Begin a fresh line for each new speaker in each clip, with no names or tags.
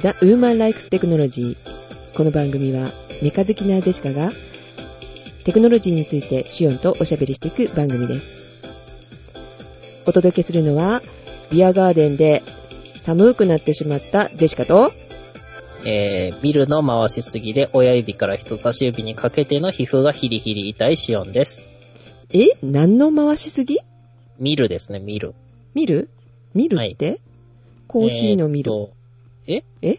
The Woman Likes Technology この番組はメカ好きなゼシカがテクノロジーについてシオンとおしゃべりしていく番組ですお届けするのはビアガーデンで寒くなってしまったゼシカと
えー、ビルの回しすぎで親指から人差し指にかけての皮膚がヒリヒリ痛いシオンです。
え何の回しすぎ
ミルですね、ミル。
見る見るって、コーヒーの見る。
え
え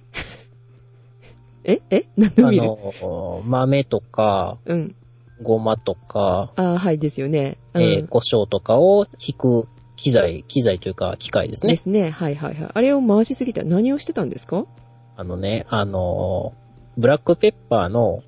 え何
ーと
の見
え
る
あの、豆とか、
うん。
ごまとか、
ああ、はいですよね。うん、
えー、胡椒とかを引く機材、機材というか機械です
で
ね。
すね。はいはいはい。あれを回しすぎたら何をしてたんですか
あのね、あのー、ブラックペッパーの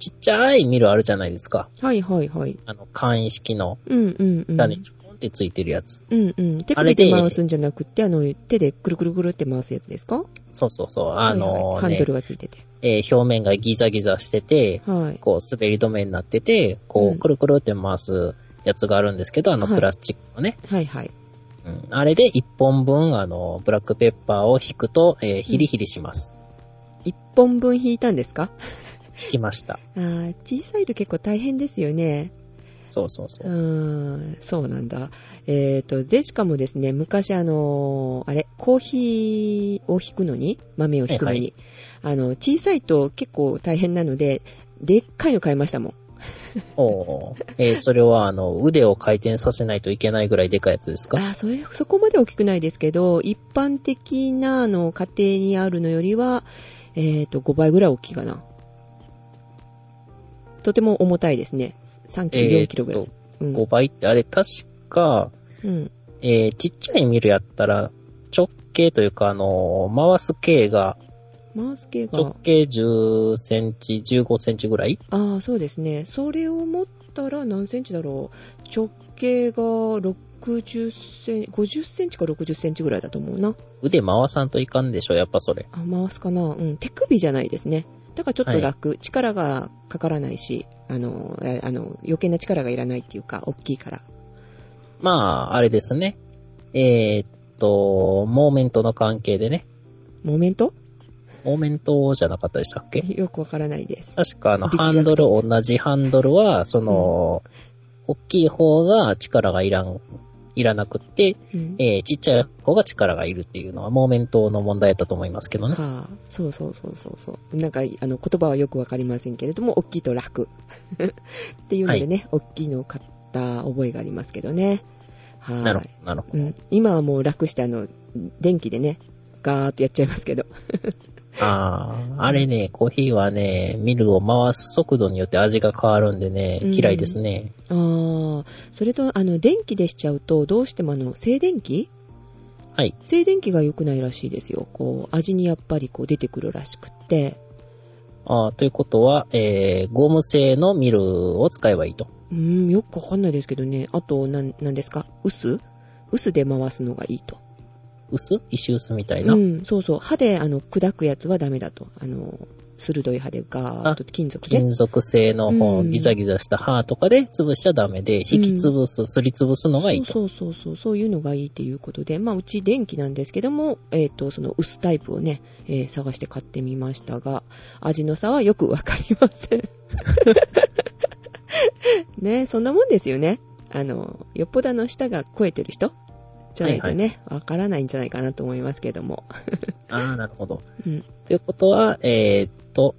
ちっちゃいミルあるじゃないですか。
はいはいはい。
あの、簡易式の、
うんうんうん。
下にちょこんってついてるやつ。
うんうん。手
あ
首
れ
で
で
回すんじゃなくって、あの、手でくるくるくるって回すやつですか
そうそうそう。あ
はいは
の
い
ー
ハン
ね
ドルがついてて。
えー表面がギザギザしてて、
はい。
こう滑り止めになってて、こ
うん
うくるくるって回すやつがあるんですけど、あの
はい
プラスチックのね。
はいはい。
うん、あれで1本分、あの、ブラックペッパーを引くと、えーヒリヒリします。
一本分引いたんですか
引きました。
あー小さいと結構大変ですよね。
そうそうそうう。
ーん、そうなんだ。えっ、と、ゼシカもですね、昔あのーあれ、コーヒーを引くのに、豆を引くのに、あの、小さいと結構大変なので、でっかいの買いましたもん。
おーえーそれは、あの、腕を回転させないといけないぐらいでかいやつですか
あーそれ、そこまで大きくないですけど、一般的な、あの、家庭にあるのよりは、えっ、と、5倍ぐらい大きいかな。とても重たいですね。3キロ、4キロぐらい。
えーっ
うん
と、5倍って、あれ確か、
うん。
えーちっちゃいミルやったら、直径というか、あのー回す径が、
マウス系が
直。径10センチ、15センチぐらい
ああ、そうですね。それを持ったら何センチだろう。直径が60センチ、50センチか60センチぐらいだと思うな。
腕回さんといかんでしょ、やっぱそれ。
あ、回すかな。うん。手首じゃないですね。だからちょっと楽。力がかからないし、あの、えあの、余計な力がいらないっていうか、大きいから。
まあ、あれですね。えーっと、モーメントの関係でね。
モーメント
モーメントじゃなかったでしたっけ
よくわからないです。
確かあの、
力学
ハンドル、同じハンドルは、その、大きい方が力がいらん、いらなくって、
うん。
えーちっちゃい方が力がいるっていうのは、モーメントの問題だったと思いますけどね。
はあ、そうそうそうそうそう。なんか、あの、言葉はよくわかりませんけれども、大きいと楽。 っていうのでね、大きいのを買った覚えがありますけどね。はい。
なるほど、なるほ
う
ど。
ん。今はもう楽して、あの、電気でね、ガーッとやっちゃいますけど。
ああ、あれね、コーヒーはね、ミルを回す速度によって味が変わるんでね、嫌いですね。
ああ、それと、あの、電気でしちゃうと、どうしてもあの、静電気
はい。
静電気が良くないらしいですよ。こう、味にやっぱりこう出てくるらしくって。
あーということは、えー、ゴム製のミルを使えばいいと。
うーん、よくわかんないですけどね。あと、なん、なんですか薄薄で回すのがいいと。
薄石薄みたいうな。
ん、そうそう。歯で、あの、砕くやつはダメだと。あの、鋭い歯でガーッと金属で。
金属製の
う
方、
ん
ギザギザした歯とかで潰しちゃダメで、引き潰す、すり潰すのがいいと。
そうそうそうそう、そういうのがいいっていうことで、まあ、うち電気なんですけども、えっ、と、その薄タイプをね、えー探して買ってみましたが、味の差はよくわかりません。 ね、そんなもんですよね。あの、よっぽどあの、舌が超えてる人じゃないとね、わ、からないんじゃないかなと思いますけども。
ああ、なるほど。
うん。
ということは、えーっと、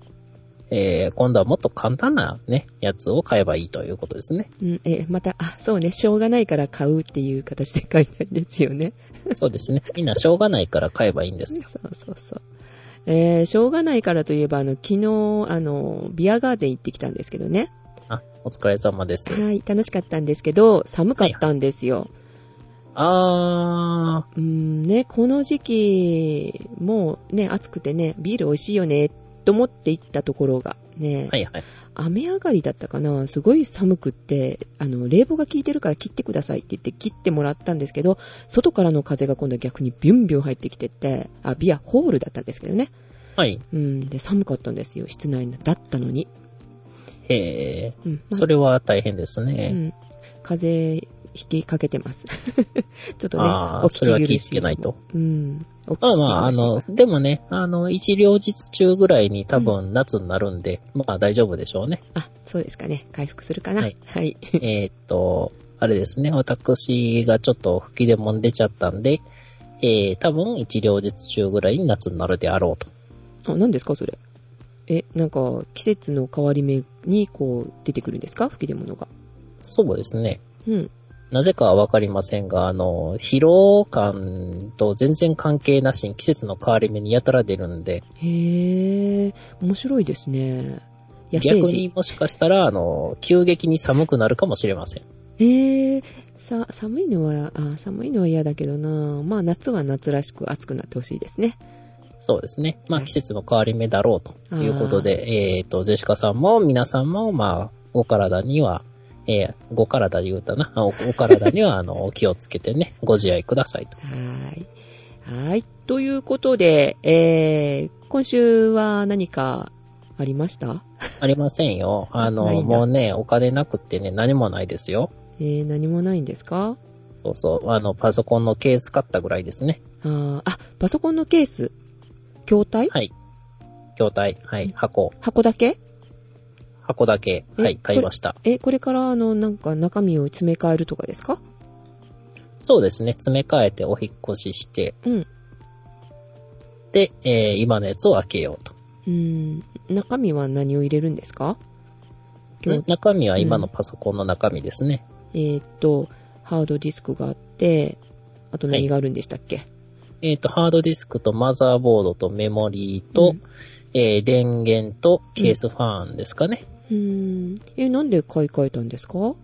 えー、今度はもっと簡単なね、やつを買えばいいということです ね。
うん、えーまた、あ、そうね、しょうがないから買うっていう形で買いたいんですよね。
そうですね。みんなしょうがないから買えばいいんです よ。
そうそうそう。えーしょうがないからといえば、あの、昨日、あの、ビアガーデン行ってきたんですけどね。
あ、お疲れ様です。
はい、楽しかったんですけど、寒かったんですよ。
あ
うーん、ね、この時期、もうね、暑くてね、ビール美味しいよね、と思って行ったところが、ね、
ー、はいはい。
雨上がりだったかな、すごい寒くって、あの、冷房が効いてるから切ってくださいって言って切ってもらったんですけど、外からの風が今度は逆にビュンビュン入ってきてって、あ、ビアホールだったんですけどね。
はい。
うん、で寒かったんですよ、室内だったのに。
えー、
うん、
それは大変ですね。
うん、風引きかけてます。 ちょっとね、
ああ、
お聞き
それは気
苦
ぃ
し
つ
い
け
の
な
も
いと。
うん。お聞き
まあまあ、あ
苦しい
の、でもね、あの、一両日中ぐらいに多分夏になるんで、まあ大丈夫でしょう ね。
あ、そうですかね。回復するかな。は
はいい。
はい。
えーっと、あれですね、私がちょっと吹きでもん出ちゃったんで、えー、多分一両日中ぐらいに夏になるであろうと。
あ、何ですか、それ。え、なんか、季節の変わり目に、こう、出てくるんですか吹き出物が。
そうですね。
うん。
なぜかはわかりませんが、あの、疲労感と全然関係なしに季節の変わり目にやたら出るんで、
へえ、面白いですね。野生
逆に
児。
もしかしたら、あの、急激に寒くなるかもしれません。
えー、さ、寒いのは、あ、寒いのは嫌だけどな。まあ、夏は夏らしく暑くなってほしいですね。
そうですね。まあ
はい
季節の変わり目だろうということで、えっ、と、ジェシカさんも皆さんも、まあ、お体には、えーご体で言うたな、あおお体には、あの、お気をつけてね、ご自愛くださいと。
はーい。はーい。ということで、えー、今週は何かありました
ありませんよ。あの
ない、んだ
もうね、お金なくってね、何もないですよ。
えー、何もないんですか
そうそう、あの、パソコンのケース買ったぐらいですね。
あーあ、パソコンのケース。筐体
はい。筐体、はい、箱、
箱だけ
箱だけ、は
え
い、買いました。
え、これから、あの、なんか中身を詰め替えるとかですか
そうですね、詰め替えてお引っ越しして、
うん。う
で、えー今のやつを開けようと。
ーん。中身は何を入れるんですか今日、
中身は今のパソコンの中身ですね。
えーっと、ハードディスクがあって、あと何があるんでしたっけ、
えっ、と、ハードディスクとマザーボードとメモリー
う
と、
ん
えー電源とケースファンですかね。
うーん。え、なんで買い替えたんですか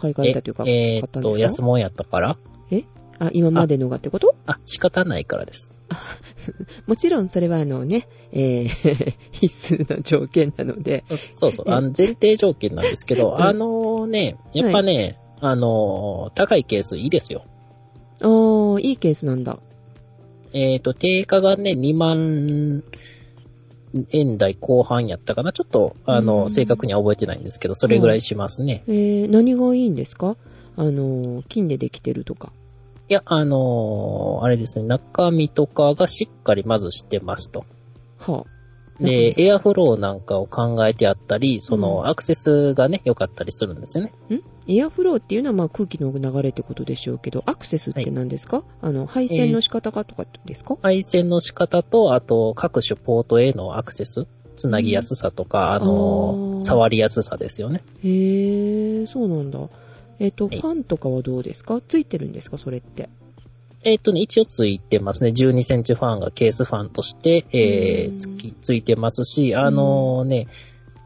買い替えたというか、買
えっ、
ったんです
と、
か
安物やったから。
えあ、今までのがってこと
あ、仕方ないからです。
もちろんそれはあのね、えー 必須の条件なので。
そうそうそう
え
あの前提条件なんですけど、
うん
あのね、やっぱね、あのー高いケースいいですよ。
あー、いいケースなんだ。
えっ、と、定価がね、2万円台後半やったかな。ちょっと、あの
う
ー
ん
正確には覚えてないんですけど、それぐらいしますね。
えー、何がいいんですかあのー、金でできてるとか。
いや、あのーあれですね、中身とかがしっかりまずしてますと。
はあ。
で、エアフローなんかを考えてあったり、その、アクセスがね、良かったりするんですよね。
んエアフローっていうのはまあ空気の流れってことでしょうけど、アクセスって何ですか、あの、配線の仕方かとかですか、
配線の仕方と、あと、各種ポートへのアクセス、つなぎやすさとか、あ
あー
のー触りやすさですよね。
へー、そうなんだ。えっ、と、ファンとかはどうですかついてるんですかそれって。
えっ、とね、一応ついてますね。12センチファンがケースファンとして、え
うん
ー、つき、ついてますし、あのーね、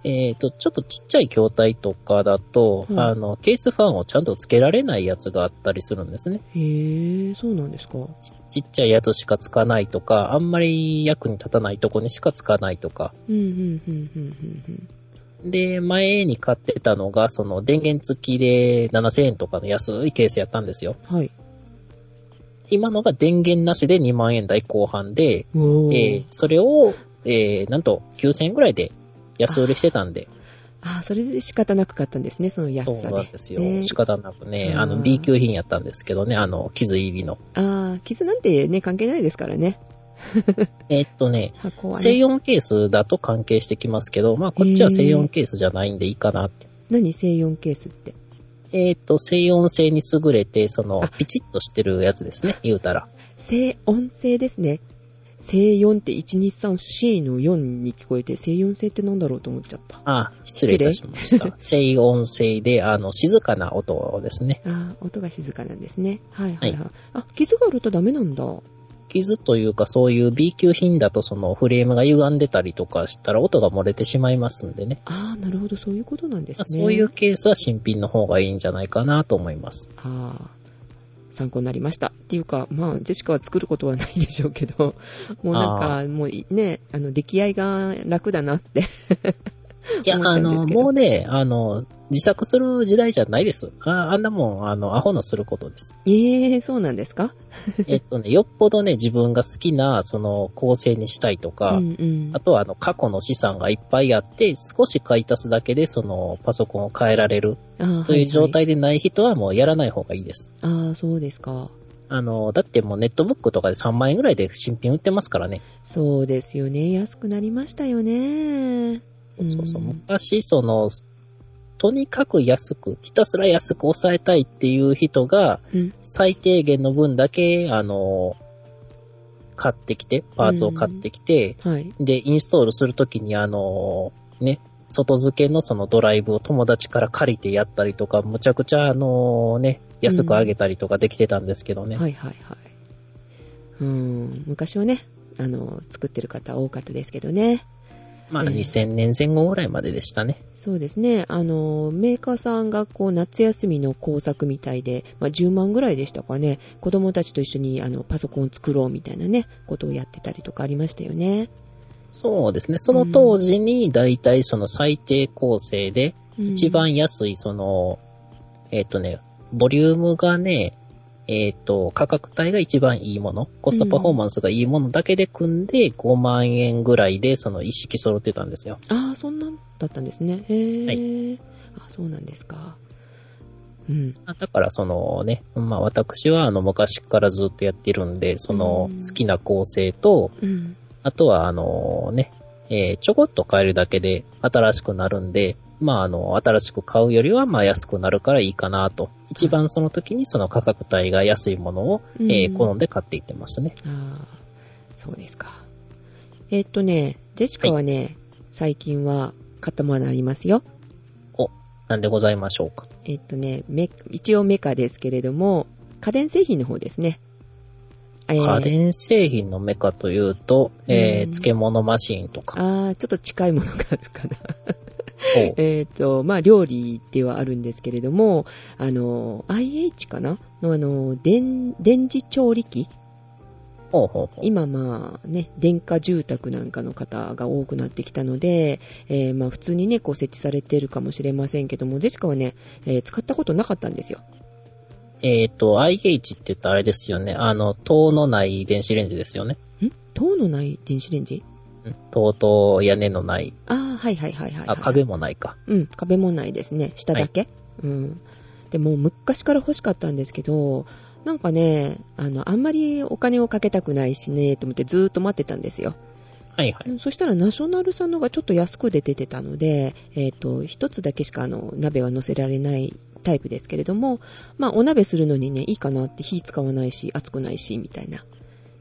えっ、と、ちょっとちっちゃい筐体とかだと、
うん
あの、ケースファンをちゃんとつけられないやつがあったりするんですね。
へー、そうなんですか。
ちっちゃいやつしかつかないとか、あんまり役に立たないとこにしかつかないとか。
うん、うん、うん、うん、うんうん。
で、前に買ってたのが、その電源付きで7000円とかの安いケースやったんですよ。
はい。
今のが電源なしで2万円台後半で、
おー。
えーそれを、えーなんと9000円ぐらいで安売りしてたんで、
ああ、それで仕方なく買ったんですね、その
そ
安
う
さ
なん
で。
ですよ。
ね
仕方なくね、あ
う
の
ん
B 級品やったんですけどね、あの、傷入りの。
ああ、傷なんてね、関係ないですからね。
えーっとね、
箱は
西
ね。
4ケースだと関係してきますけど、まあこっちは西4ケースじゃないんでいいかなって。
何、西4ケースって。
えーっと、西4性に優れて、その
あ、
ピチッとしてるやつですね、言うたら。
西音声ですね。西4って 123C の4に聞こえて、西4声ってなんだろうと思っちゃった。
あ、失礼いたしました。 西音性で、あの、静かな音ですね。
ああ、音が静かなんですね。はいはいはい。あ、傷があるとダメなんだ。
傷というかそういう B 級品だとそのフレームが歪んでたりとかしたら音が漏れてしまいますんでね。
ああ、なるほど、そういうことなんです
まあ
ね。
そういう。ケースは新品の方がいいんじゃないかなと思います。
ああ。参考になりました。っていうか、まあ、ジェシカは作ることはないでしょうけ ど、もうなんか、もういね、あの、出来合いが楽だなって。
いや、
思っちゃう
あ
んで
の、
すけど
もうね、あの、自作する時代じゃないです。ああんなもん、あの、アホのするこ とです。
ええそうなんですか
えっとね、よっぽどね、自分が好きな、その、構成にしたいとか、
うんうん
あ。とは、あの、過去の資産がいっぱいあって、少し買い足すだけで、その、パソコンを変えられる
あ
という状
はい
態でない人はもうやらない方がいいです。
はいああ、そうですか。
あの、だってもうネットブックとかで3万円ぐらいで新品売ってますからね。
そうですよね。安くなりましたよね。
そうそうそう。
うん
昔、その、とにかく安く、ひたすら安く抑えたいっていう人が、
うん。
最低限の分だけ、あの、買ってきて、パーツを買ってきて、
はい。
で、インストールするときに、あの、ね、外付けのそのドライブを友達から借りてやったりとか、むちゃくちゃ、あのね、安くあげたりとかできてたんですけどね。
はいはいはい。うん。昔はね、あの、作ってる方多かったですけどね。
まあ、
ええ
2000年前後ぐらいまででしたね。
そうですね。あの、メーカーさんがこう、夏休みの工作みたいで、まあ、10万ぐらいでしたかね。子供たちと一緒に、あの、パソコン作ろうみたいなね、ことをやってたりとかありましたよね。
そうですね。その当時に、だいたいその最低構成で、
うん
一、番安い、その、えっ、とね、ボリュームがね、えっ、と、価格帯が一番いいもの、コストパフォーマンスがいいものだけで組んで、5万円ぐらいで、その一式揃ってたんですよ。
ああ、そんなんだったんですね。へえ。あそうなんですか。うん。
だから、そのね、まあ私は、あの、昔からずっとやってるんで、その、
うん
好きな構成と、
うん。
あとは、あのね、えーちょこっと変えるだけで新しくなるんで、まあ、あの、新しく買うよりは、まあ、安くなるからいいかなと。一番その時にその価格帯が安いものを、
うん
えー好んで買っていってますね。
ああ、そうですか。えーっとね、ジェシカはね、最近は買ったものありますよ。
お、なんでございましょうか。
えーっとね、メ一応メカですけれども、家電製品の方ですね。えー
家電製品のメカというと、えー
うん
漬物マシーンとか、
ああ、ちょっと近いものがあるかな。
お
えーっと、まあ、料理ではあるんですけれども、あの、IH かなの、あの、電、電磁調理器
ほうほうほう
今まあね、電化住宅なんかの方が多くなってきたので、えーまあ普通にね、こう設置されてるかもしれませんけども、ジェシカはね、えー使ったことなかったんですよ。
えっ、と、IH って言ったらあれですよね。あの、塔のない電子レンジですよね。
ん塔のない電子レンジ
うん塔と屋根のない、
ああ、はいはいはいはい、は
あ、
い。
壁もないか。
うん、壁もないですね。下だけ。うん。でも、昔から欲しかったんですけど、なんかね、あの、あんまりお金をかけたくないしね、と思ってずーっと待ってたんですよ。
はいはい。
そしたらナショナルさんのがちょっと安くで出てたので、えっ、と、一つだけしかあの、鍋は乗せられないタイプですけれども、まあ、お鍋するのにね、いいかなって火使わないし、熱くないし、みたいな。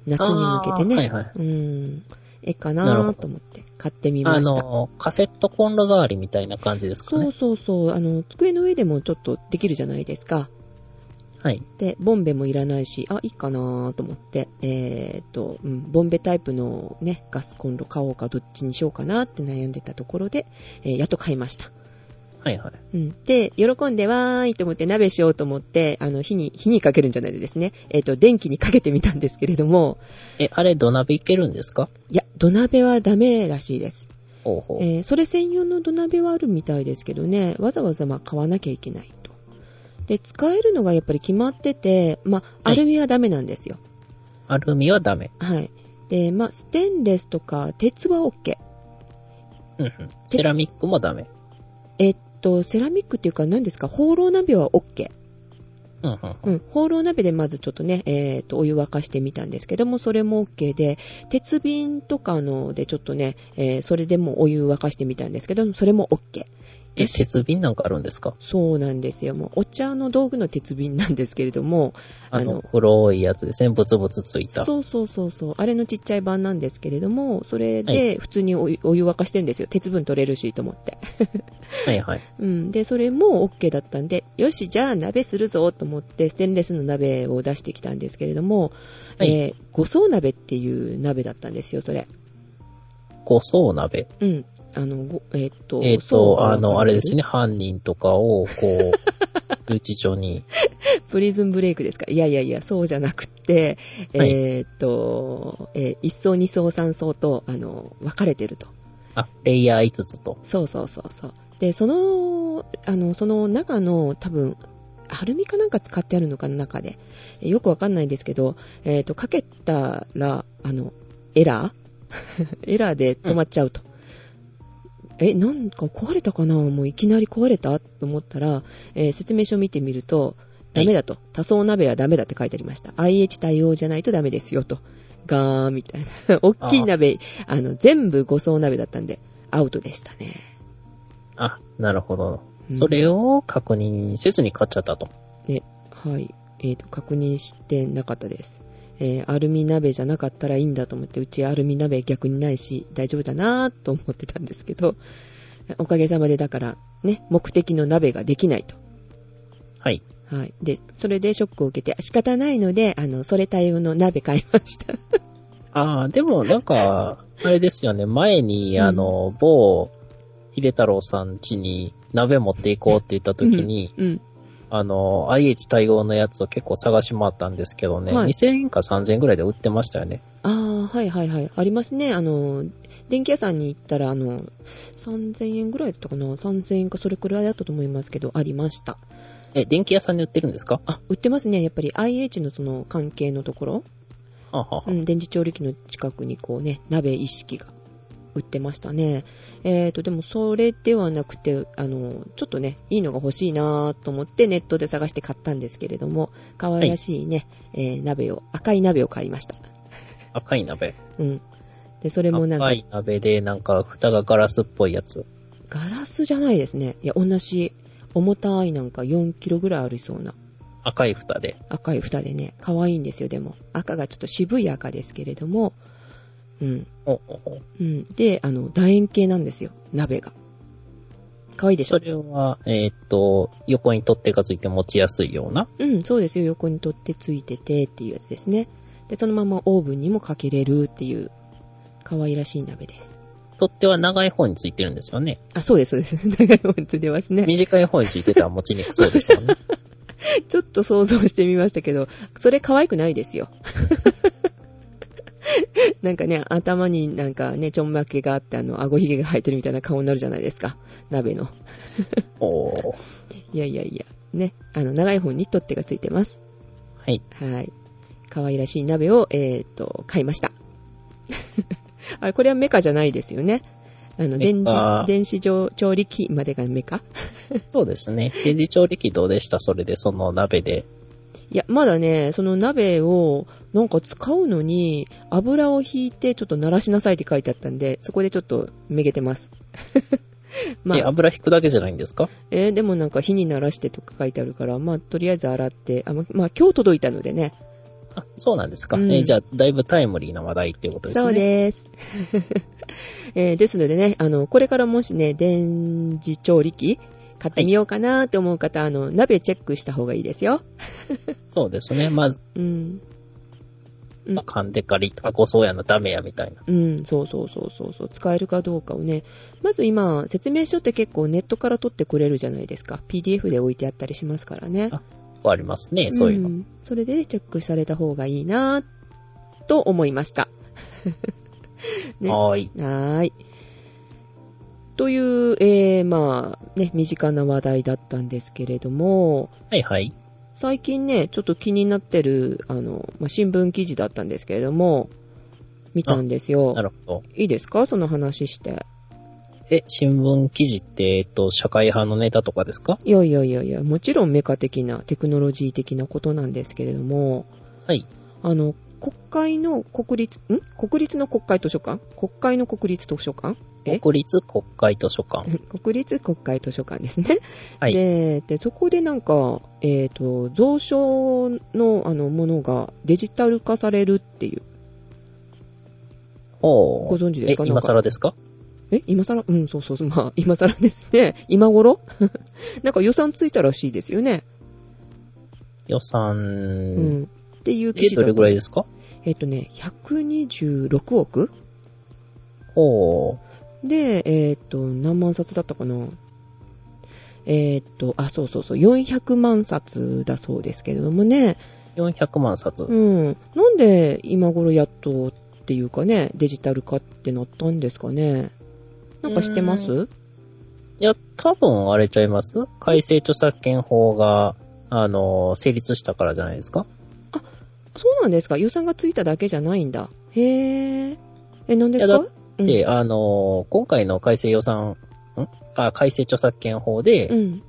夏に向けてね。
あーはいはい
うん。ええか
なるほ
な
ど
と思って買ってみ
あ
ました。
の、カセットコンロ代わりみたいな感じですか
そう
ね。
そうそう、あの、机の上でもちょっとできるじゃないですか。
はい。
で、ボンベもいらないし、あ、いいかなと思って、えーっと、うん、ボンベタイプのね、ガスコンロ買おうかどっちにしようかなって悩んでたところで、えーやっと買いました。
はいはい。
うん。で、喜んでわーいと思って鍋しようと思って、あの、火に、火にかけるんじゃないですね。えーっと、電気にかけてみたんですけれども、
え、あれ土鍋いけるんですか
いや、土鍋はダメらしいです。
ほうほう。
えーそれ専用の土鍋はあるみたいですけどね、わざわざまあ買わなきゃいけないと。で、使えるのがやっぱり決まってて、まあ、
は
ア
い
ルミはダメなんですよ。
アルミはダメ。
はい。で、まあ、ステンレスとか鉄は OK。
うんうん。セラミックもダメ。
えっと、セラミックっていうか何ですか、放浪鍋は OK。
うんうんう。
うんん。放浪鍋でまずちょっとね、えっと、お湯沸かしてみたんですけども、それも OK で、鉄瓶とかのでちょっとね、えーそれでもお湯沸かしてみたんですけども、それも OK。
え、鉄瓶なんかあるんですか
そうなんですよ。もうお茶の道具の鉄瓶なんですけれども、
あ
あ
の、
の
黒いやつですね。ブツブツついた。
そうそうそうそう、あれのちっちゃい版なんですけれども、それ
は
で普通にお湯お湯沸かしてるんですよ。鉄分取れるしと思って。
はいはい。
うん。で、それも OK だったんで、よし、じゃあ鍋するぞと思って、ステンレスの鍋を出してきたんですけれども、
はい
えー五層鍋っていう鍋だったんですよ、それ。
五層鍋。
うん。あの、ごえーっと、
えっ
層
と、
が
あの、あれです
ね。
ね。犯人とかを、こ う、留置所に。
プリズンブレイクですかいやいやいや、そうじゃなくって、
はい
えーっと、えー一層、二層、三層と、あの、分かれてると。
あ、レイヤー5つと。
そうそうそうそう。で、その、の、あの、その中の多分、アルミかなんか使ってあるのかな、中で。えよくわかんないですけど、えっ、と、かけたら、あの、エラー エラーで止まっちゃうと。え、なんか壊れたかなもういきなり壊れたと思ったら、えー説明書を見てみると、ダメだと。多層鍋はダメだって書いてありました。IH 対応じゃないとダメですよと。ガーンみたいな。 大きい鍋、あの、全部5層鍋だったんで、アウトでしたね。
あ、なるほど。
うん
それを確認せずに買っちゃったと。
はい。えっ、と、確認してなかったです。えーアルミ鍋じゃなかったらいいんだと思って、うちアルミ鍋逆にないし、大丈夫だなーと思ってたんですけど、 おかげさまでだから、ね、目的の鍋ができないと。
はい。
はい。で、それでショックを受けて、仕方ないので、あの、それ対応の鍋買いました。
ああ、でもなんか、あれですよね、前に、あの、某、秀太郎さん家に鍋持っていこうって言った時に、
うん。
あの、IH 対応のやつを結構探し回ったんですけどね、
はい
2000円か3000円ぐらいで売ってましたよね。
ああ、はいはいはい。ありますね。あの、電気屋さんに行ったら、あの、3000円ぐらいだったかな ?3000 円かそれくらいだったと思いますけど、ありました。
え、電気屋さんに売ってるんですか
あ、売ってますね。やっぱり IH のその関係のところ、
ははは
うん、電磁調理器の近くにこうね、鍋一式が売ってましたね。えーと、でもそれではなくて、あの、ちょっとね、いいのが欲しいなぁと思ってネットで探して買ったんですけれども、可愛らしいね、えー鍋を、赤い鍋を買いました。
赤い鍋。
うん。で、それもなんか
赤、い鍋で、なんか、蓋がガラスっぽいやつ。
ガラスじゃないですね。いや、同じ、重たいなんか4キロぐらいありそうな
赤い蓋で。
赤い蓋でね、可愛いんですよ、でも。赤がちょっと渋い赤ですけれども、うん。
おおお
うん。で、あの、楕円形なんですよ、鍋が。可愛いでし
そ
ょ
れは、えーっと、横に取っ手がついて持ちやすいような。
うん、そうですよ。横に取ってついててっていうやつですね。で、そのままオーブンにもかけれるっていう、可愛らしい鍋です。
取っ手は長い方についてるんですよね。
あ、そうです、そうです。 長いもんつ出ますね。
短い方についてたら持ちにくそうですよ ね。
ちょっと想像してみましたけど、それ可愛くないですよ。 なんかね、頭になんかね、ちょんまけがあって、あの、顎ひげが生えてるみたいな顔になるじゃないですか。鍋の。
おー
いやいやいや。ね、あの、長い方に取っ手がついてます。
はい。
はい。可愛らしい鍋を、えーっと、買いました。 あれ、これはメカじゃないですよね。あの、電
メカ
磁、電子上調理器までがメカ
そうですね。電磁調理器どうでしたそれで、その鍋で。
いや、まだね、その鍋を、なんか使うのに、油を引いて、ちょっと鳴らしなさいって書いてあったんで、そこでちょっとめげてます。 ま
え、
あ、
油引くだけじゃないんですか
えーでもなんか火に鳴らしてとか書いてあるから、まあ、とりあえず洗って、あままあ、今日届いたのでね。
あ、そうなんですか。
うん
えーじゃあ、だいぶタイムリーな話題っていうことですね。
そうです。えーです のでね、あの、これからもしね、電磁調理器、買ってみようかなって思う方、あの、鍋チェックした方がいいですよ。
そうですね。まず、
うん。うん
まあ、カンデカリとかごそうやな、ダメやみたいな。
うん、そうそうそうそうそう、使えるかどうかをね、まず今、説明書って結構ネットから取ってくれるじゃないですか。PDF で置いてあったりしますからね。
あありますね、そういうの。
んそれでねチェックされた方がいいなぁと思いました。ね
はーい。
はーい。という、えー、まあ、ね、身近な話題だったんですけれども、
はいはい。
最近ね、ちょっと気になってる、あの、まあ、新聞記事だったんですけれども、見たんですよ
な。るほど。
いいですかその話して。
え、新聞記事って、えっと、社会派のネタとかですか
いやいやいやいや、もちろんメカ的な、テクノロジー的なことなんですけれども、
はい。
あの、国会の国立、ん国立の国会図書館国会の国立図書館 え
国立国会図書館。
国立国会図書館ですね。
はい
で、でそこでなんか、えっ、と、蔵書の、あの、ものがデジタル化されるっていう、
お
ご
ー。
存知で
え
すか、なんか
今更ですか
え、今更うん、そうそうそう。まあ、今更ですね。今頃 なんか予算ついたらしいですよね。
予
う
算、
ん。っていう記
え、
事だったん
どれ
で
ぐらいですか
えっとね、126億
おー。
で、えっと、何万冊だったかなえっと、あ、そうそうそう、400万冊だそうですけれどもね、
400万冊。
うん。なんで今頃やっとっていうかね、デジタル化ってなったんですかね。なんか知ってま
う
す
いや、多分あれちゃいます改正著作権法が、あの、成立したからじゃないですか
そうなんですか予算がついただけじゃないんだ。へえ。え、なんです
いや
か
だで、あの、今回の改正予算、んあ、改正著作権法で、
うん。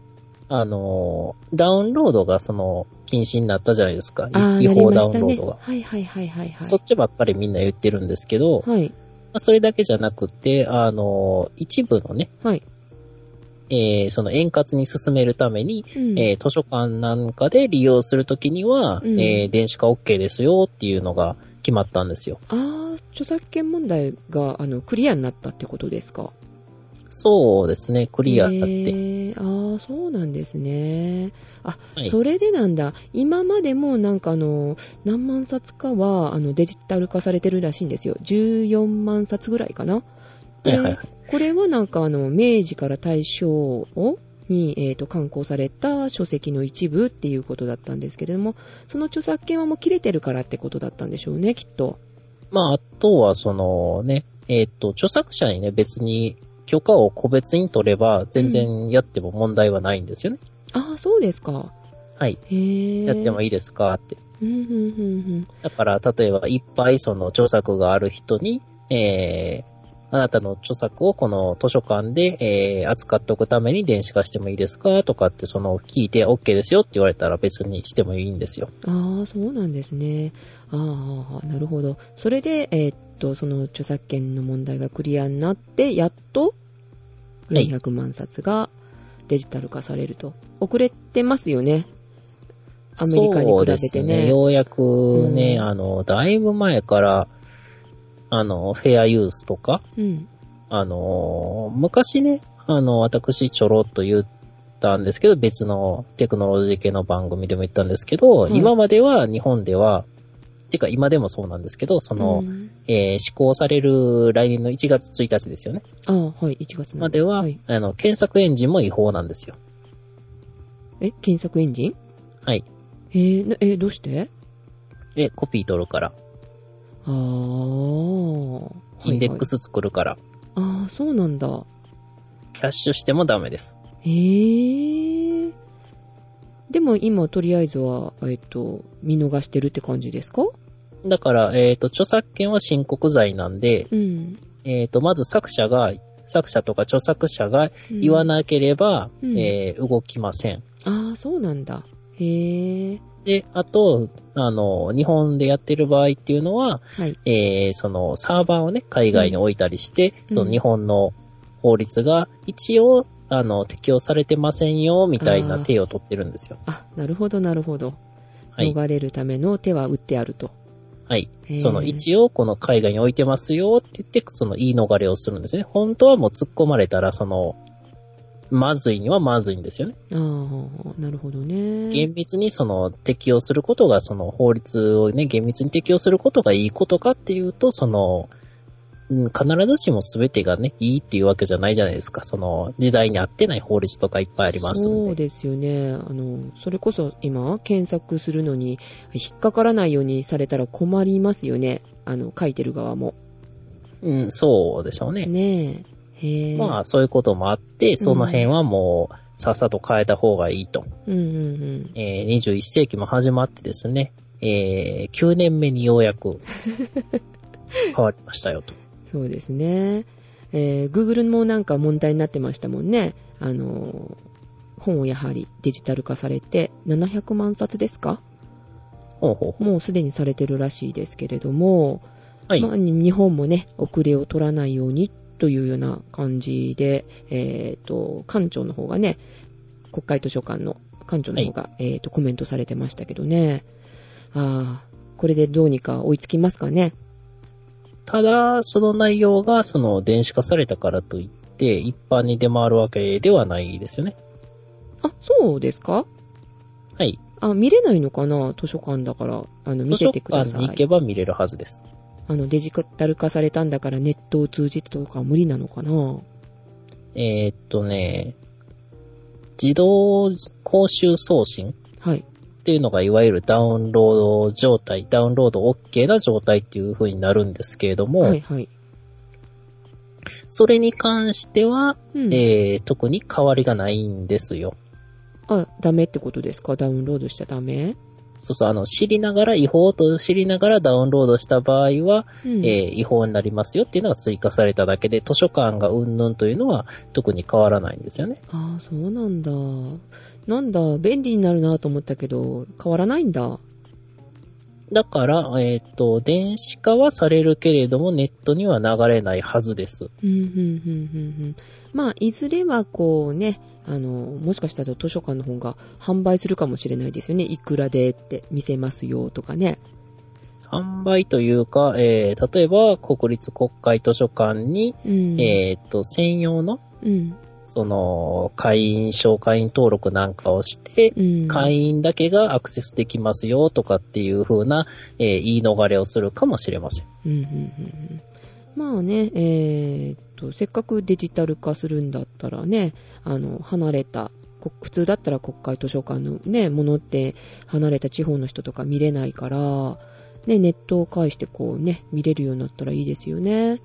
あの、ダウンロードがその、禁止になったじゃないですか。
ああ、
違
なり
法
ま
ダウ
し
ン
た
ロ
ね
ードが。。
はいはいはいはいはい。
そっちばっかりみんな言ってるんですけど、ま
はい。
あそれだけじゃなくて、あの、一部のね、
はい。
えーその円滑に進めるために、
うん
えー図書館なんかで利用するときには、
うん
えー電子化 OK ですよっていうのが決まったんですよ。
ああ、著作権問題が、あの、クリアになったってことですか
そうですね、クリアになって。
へえああ、そうなんですね。あ、
はい
それでなんだ。今までもなんかあの、何万冊かは、あの、デジタル化されてるらしいんですよ。14万冊ぐらいかな。で
はいはいはい。
これはなんかあの、明治から大正を、に、えっ、と、刊行された書籍の一部っていうことだったんですけれども、その著作権はもう切れてるからってことだったんでしょうね、きっと。
まあ、あとはそのね、えーっと、著作者にね、別に許可を個別に取れば、全然やっても問題はないんですよね。
ああ、そうですか。
はい。
へえ。
やっても
いい。
いいですかって。
うん、うん、うん、
だから、例えば、いっぱいその著作がある人に、えー、あなたの著作をこの図書館で、えー、扱っておくために電子化してもいいですかとかって、その、聞いて OK ですよって言われたら別にしてもいいんですよ。
うん。ああ、そうなんですね。あーあー、あーなるほど。それで、えーっと、その著作権の問題がクリアになって、やっと、
はい
400万冊がデジタル化されると。遅れてますよね。アメリカに比べ
そ
て
うです
ね。
ようやくね、
うん
あの、だいぶ前から、あの、フェアユースとか、
うん。
あの、昔ね、あの、私ちょろっと言ったんですけど、別のテクノロジー系の番組でも言ったんですけど、
い
今までは日本では、てか今でもそうなんですけど、その、
うん
えー施行される来年の1月1日ですよね。
ああ、はい、1月の
までは、
い、
あの、検索エンジンも違法なんですよ。
え、検索エンジン
はい。
えーなえどうして
で、コピー取るから、
ああ、はい
インデック
ス。
ス作るから、
ああ、そうなんだ。
キャッシュしてもダメです。
えー。でも今、とりあえずは、えっと、見逃してるって感じですか
だから、えっ、と、著作権は申告罪なんで、
うん。
えっ、と、まず作者が、作者とか著作者が言わ
い。
なければ、
うん
えー動きません。
ああ、そうなんだ。へー。
で、あと、あの、日本でやってる場合っていうのは、
はい。
えーその、サーバーをね、海外に置いたりして、
うん
その日本の法律が一応、あの、適用されてませんよ、みたい
あ
な
ー
手を取ってるんですよ。
あ、なるほど、なるほど。
はい。
逃れるための手は打ってあると。
はい。
へー
その一応この海外に置いてますよって言って、その言い逃れをするんですね。本当はもう突っ込まれたら、その、まずいにはまずいんですよね。
ああ、なるほどね。
厳密にその適用することが、その法律をね、厳密に適用することがいいことかっていうと、その、うん必ずしも全てがね、いいっていうわけじゃないじゃないですか。その時代に合ってない法律とかいっぱいあります
そ
ん
う
で。
ですよね。あの、それこそ今、検索するのに、引っかからないようにされたら困りますよね。あの、書いてる側も。
うん、そうでしょうね。
ねえ。へえ。
まあ、そういうこともあって、その辺はもう、さっさと変えた方がいいと。
うんうんうん。
えー21世紀も始まってですね、えー9年目にようや く変わりましたよと。
そうですね。えー、Google もなんか問題になってましたもんね。あの、本をやはりデジタル化されて、700万冊ですか
ほうほうほ
もうすでにされてるらしいですけれども、
う。はい。
まあ、日本もね、遅れを取らないようにというような感じで、えっ、と、館長の方がね、国会図書館の館長の方が、えっ、と、コメントされてましたけどね。ああ、これでどうにか追いつきますかね。
ただ、その内容が、その、電子化されたからといって、一般に出回るわけではないですよね。
あ、そうですか
はい。
あ、見れないのかな図書館だから、あの、見せてくだ
図書
さ
館に行
い
け。ば見れるはずです。
あの、デジタル化されたんだからネットを通じてとかは無理なのかな
えーっとね、自動公衆送信
はい。
っていうのが、いわゆるダウンロード状態、ダウンロード OK な状態っていう風になるんですけれども、
はい、はい。
それに関しては、
うん。
えー特に変わりがないんですよ。
あ、ダメってことですかダウンロードしちゃダメ
そうそう、あの、知りながら、違法と知りながらダウンロードした場合は、
うん。
えー違法になりますよっていうのが追加されただけで、図書館がうんぬんというのは特に変わらないんですよね。
ああ、そうなんだ。なんだ、便利になるなと思ったけど、変わらないんだ。
だから、えっ、と、電子化はされるけれども、ネットには流れないはずです。
うん、うん、うん、うん、うん。まあ、いずれはこうね、あの、もしかしたら図書館の本が販売するかもしれないですよね。いくらでって見せますよとかね。
販売というか、えー例えば、国立国会図書館に、
うん。
えっ、と、専用の、
うん。
その、会員、紹介員登録なんかをして、
うん。
会員だけがアクセスできますよとかっていう風な、えー言い逃れをするかもしれません。
うんうんうんうんまあね、えーっと、せっかくデジタル化するんだったらね、あの、離れた、こ普通だったら国会図書館のね、ものって離れた地方の人とか見れないから、ね、ネットを介してこうね、見れるようになったらいいですよね。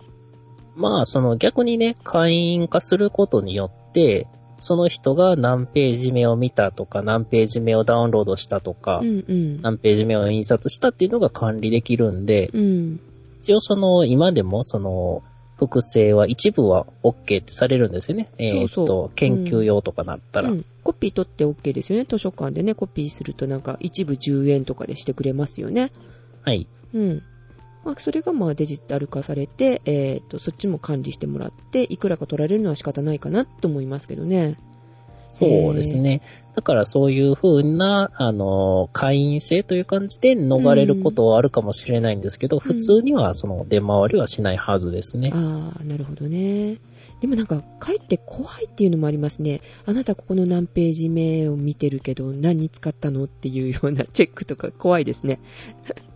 まあ、その逆にね、会員化することによって、その人が何ページ目を見たとか、何ページ目をダウンロードしたとか、
うんうん。
何ページ目を印刷したっていうのが管理できるんで、
うん。
一応その、今でもその、複製は一部は OK ってされるんですよね。えーっ
そうそ
と、研究用とかなったら。
うんコピー取って OK ですよね。図書館でね、コピーするとなんか一部10円とかでしてくれますよね。
はい。
うん。まあ、それがまあデジタル化されて、えっ、と、そっちも管理してもらって、いくらか取られるのは仕方ないかなと思いますけどね。
そうですね。だからそういう風な、あの、会員制という感じで逃れることはあるかもしれないんですけど、普通にはその出回りはしないはずですね。
ああ、なるほどね。でもなんか、かえって怖いっていうのもありますね。あなたここの何ページ目を見てるけど、何に使ったのっていうようなチェックとか怖いですね。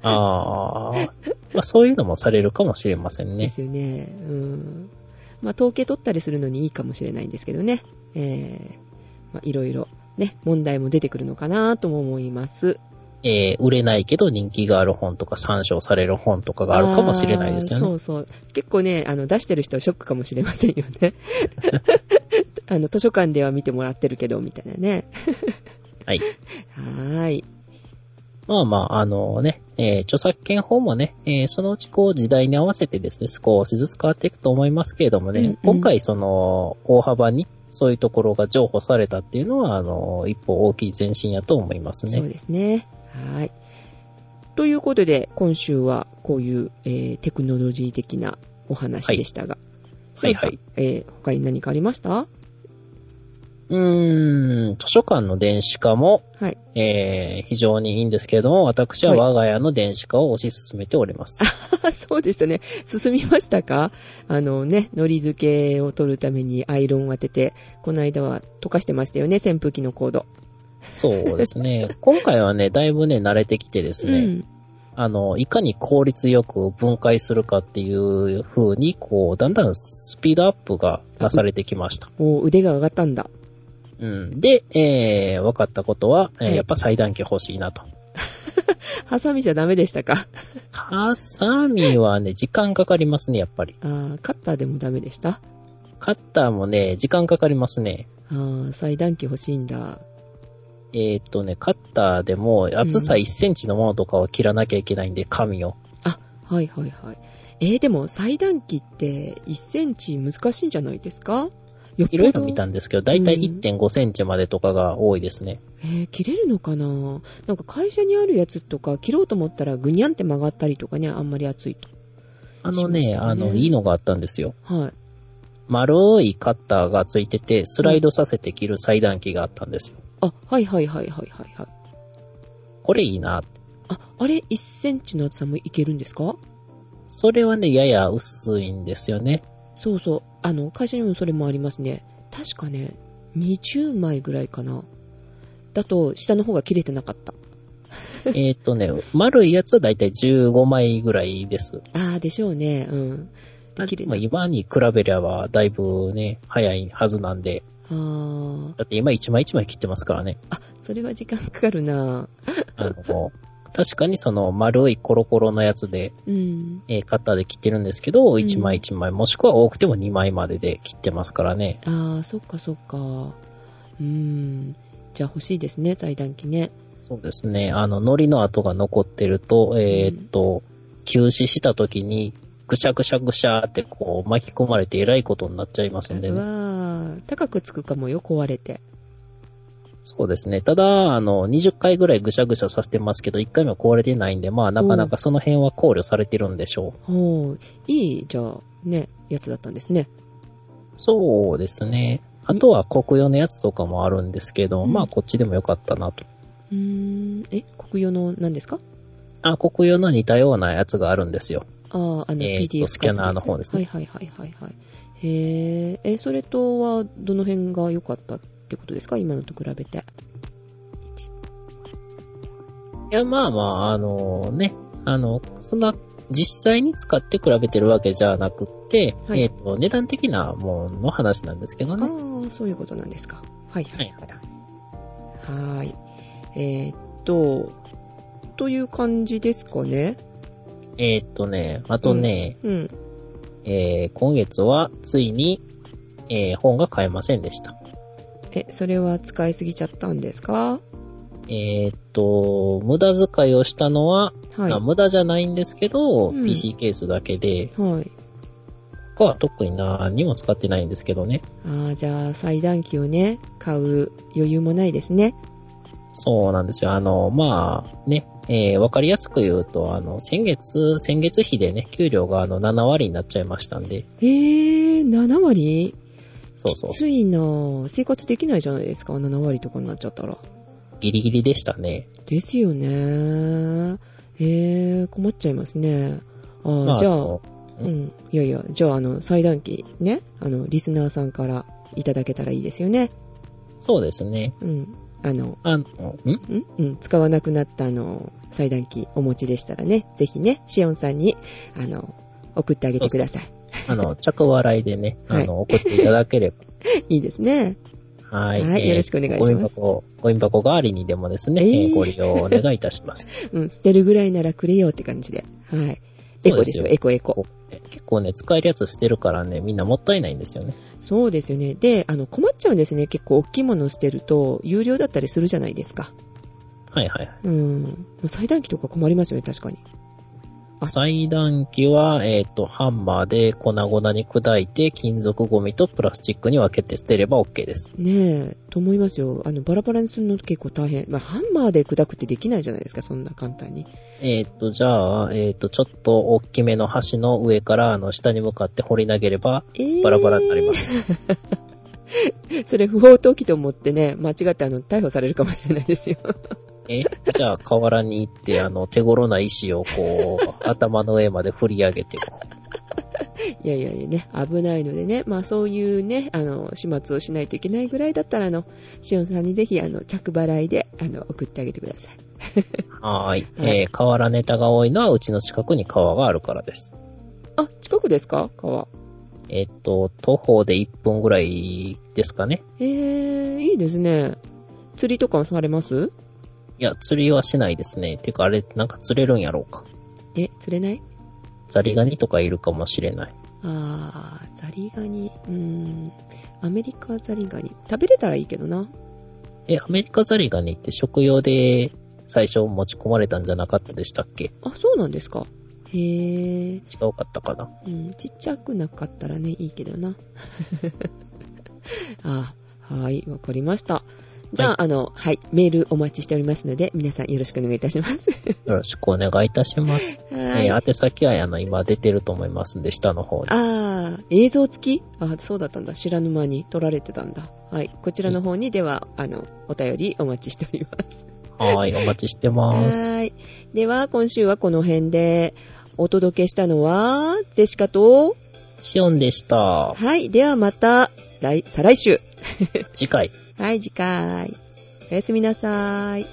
ああ。 まあそういうのもされるかもしれません
で
ね。
すよね。うん。まあ、統計取ったりするのにいいかもしれないんですけどね。えー、まあ、いろいろ、ね、問題も出てくるのかなとも思います。
えー売れないけど人気がある本とか参照される本とかがあるかもしれないですよ
あーそ
ね。
うそう。結構ね、あの、出してる人はショックかもしれませんよ ね。あの、図書館では見てもらってるけど、みたいなね。
はい。
はーい。
まあまあ、あのね、えー著作権法もね、えーそのうちこう時代に合わせてですね、少しずつ変わっていくと思いますけれどもね、
うんうん
今回その、大幅にそういうところが譲歩されたっていうのは、あの、一歩大きい前進やと思います
そう
ね。
ですね。はーい。ということで、今週はこういう、えーテクノロジー的なお話でしたが。
はいはい
翔太。えー他に何かありました
うーん、図書館の電子化も、
はい。
えー非常にいいんですけれども、私は我が家の電子化を推し進めております。
そうでしたね。進みましたかあのね、糊付けを取るためにアイロンを当てて、この間は溶かしてましたよね、扇風機のコード。
そうですね。 今回はね、だいぶね、慣れてきてですね、
うん。
あの、いかに効率よく分解するかっていう風に、こう、だんだんスピードアップがなされてきました。
お腕が上がったんだ。
うん。で、えー、分かったことは、えー
はい
やっぱ裁断機欲しいなと。
ハサミじゃダメでしたか
ハサミはね、時間かかりますね、やっぱり。
あーカッターでもダメでした
カッターもね、時間かかりますね。
あー裁断機欲しいんだ。
えーっとね、カッターでも厚さ1センチのものとかを切らなきゃいけないんで、紙を。
はいはいはい。えーでも裁断機って1センチ難しいんじゃないですかよっぽど
いろいろ見たんですけど、だいたい
うん
1.5センチまでとかが多いですね。
えー切れるのかななんか会社にあるやつとか切ろうと思ったらぐにゃんって曲がったりとかね、あんまり熱いと。
あの
しました
ね、
ね
あの、いいのがあったんですよ。
はい。
丸いカッターがついてて、スライドさせて切る裁断機があったんですよ。
あ、はいはいはいはいはいはい。
これいいな。
あ、あれ1センチの厚さもいけるんですか
それはね、やや薄いんですよね。
そうそう。あの、会社にもそれもありますね。確かね、20枚ぐらいかな。だと、下の方が切れてなかった。
えーっとね、丸いやつはだいたい15枚ぐらいです。
ああ、でしょうね。うん。切れ
まあ今に比べればだいぶね、早いはずなんで。
あー
だって今1枚1枚切ってますからね。
あ、それは時間かかるな
あの、確かにその丸いコロコロのやつで、
うん。
えーカッターで切ってるんですけど、1枚1枚、もしくは多くても2枚までで切ってますからね。
ああ、そっかそっか。うん。じゃあ欲しいですね、裁断機ね。
そうですね。あの、糊の跡が残ってると、えーっと、休止した時に、ぐしゃぐしゃぐしゃってこう巻き込まれてえらいことになっちゃいますんで
う
ね。
わー高くつくかもよ、壊れて。
そうですね。ただ、あの、20回ぐらいぐしゃぐしゃさせてますけど、1回目は壊れてないんで、まあ、なかなかその辺は考慮されてるんでしょ
ほう。いい、じゃあ、ね、やつだったんですね。
う。そうですね。あとは国用のやつとかもあるんですけど、
うん
まあ、こっちでもよかったなと。
うーん。え、国用の何ですか
あ、国用の似たようなやつがあるんですよ。
ああ、あの、
えーと
PDF 化
スキャナーの方ですね
はいはいはいはいはい。へえ、え、それとは、どの辺が良かったってことですか今のと比べて。
いや、まあまあ、あのね、あの、そんな、実際に使って比べてるわけじゃなくって、
はい
えっ、と、値段的なものの話なんですけどね。は
ああ、そういうことなんですか。はいはい。
いはい
はー
はい。
い。えーっと、という感じですかね。
えっ、とね、あとね、
うん。
えー今月はついに、えー本が買えませんでした。
え、それは使いすぎちゃったんですか
えっ、と、無駄遣いをしたのは、
はい。
あ
は
無駄じゃないんですけど、
うん
PC ケースだけで、
い。
他は特に何も使ってないんですけどね。
ああ、じゃあ、裁断機をね、買う余裕もないですね。
そうなんですよ。あの、まあ、ね、えーわかりやすく言うと、あの、先月、先月比でね、給料があの、7割になっちゃいましたんで、
えー、7割
そうそう
き、ついなぁ生活できないじゃないですか、7割とかになっちゃったら。
ギリギリでしたね。
ですよね。えー、困っちゃいますね。あー、
まあ、
じゃ
あ
あ
の、
うん。いやいや、じゃあ、あの、裁断機ね、あの、リスナーさんからいただけたらいいですよね。
そうですね。
うん。あの、
あの、ん
んうん。使わなくなった、あの、裁断機お持ちでしたらね、ぜひね、シオンさんに、あの、送ってあげてください。
あの、着笑いでね、あの、送っていただければ。
いいですね。
は。
はいい、よろしくお願い
ゴ
し
ミ
ます。
箱、ゴミ箱代わりにでもですね、
えー
えーご利用お願いいたします。
うん、捨てるぐらいならくれよって感じで。はい。エコですよ、エコエコ。
結構ね、使えるやつ捨てるからね、みんなもったいないんですよね。
そうですよね。で、あの、困っちゃうんですね。結構大きいものを捨てると、有料だったりするじゃないですか。
はいはいはい。
うん。裁断機とか困りますよね、確かに。あ
裁断機は、えっ、と、ハンマーで粉々に砕いて、金属ゴミとプラスチックに分けて捨てれば OK です。
ねえ、と思いますよ。あの、バラバラにするの結構大変。まあ、ハンマーで砕くってできないじゃないですか、そんな簡単に。
えっ、と、じゃあ、えっ、と、ちょっと大きめの橋の上から、あの、下に向かって掘り投げれば、
えー
バラバラになりま。す。
それ不法投棄と思ってね、間違ってあの、逮捕されるかもしれないですよ。
え、じゃあ、河原に行って、あの、手頃な石をこう、頭の上まで振り上げて、こう。
いやいやいやね、危ないのでね、まあそういうね、あの、始末をしないといけないぐらいだったら、あの、しおんさんにぜひ、あの、着払いで、あの、送ってあげてください。
はーい。えー、河原ネタが多いのは、うちの近くに川があるからです。
あ、近くですか川。
えっ、と、徒歩で1分ぐらいですかね。
えー、いいですね。釣りとかされます
いや、釣りはしないですね。てか、あれ、なんか釣れるんやろうか。
え、釣れない
ザリガニとかいるかもしれない。
あー、ザリガニ。うーん、アメリカザリガニ。食べれたらいいけどな。
え、アメリカザリガニって食用で最初持ち込まれたんじゃなかったでしたっけ
あ、そうなんですか。へー、
違うかったかな
うん、ちっちゃくなかったらね、いいけどな。 あはい、わかりました。じゃあ、
は
あの、はい、メールお待ちしておりますので、皆さんよろしくお願いいたします。
よろしくお願いいたします。
はい。
え
あ
ー宛先は、あの、今出てると思いますんで、下の方に。
あー、映像付きあ、そうだったんだ。知らぬ間に撮られてたんだ。はい、こちらの方に、では、あの、お便りお待ちしております。
はーい、お待ちしてます。
はい。では、今週はこの辺で、お届けしたのは、ジェシカと、
シオンでした。
はい、ではまた、来、再来週。
次回。
はい、次回。おやすみなさーい。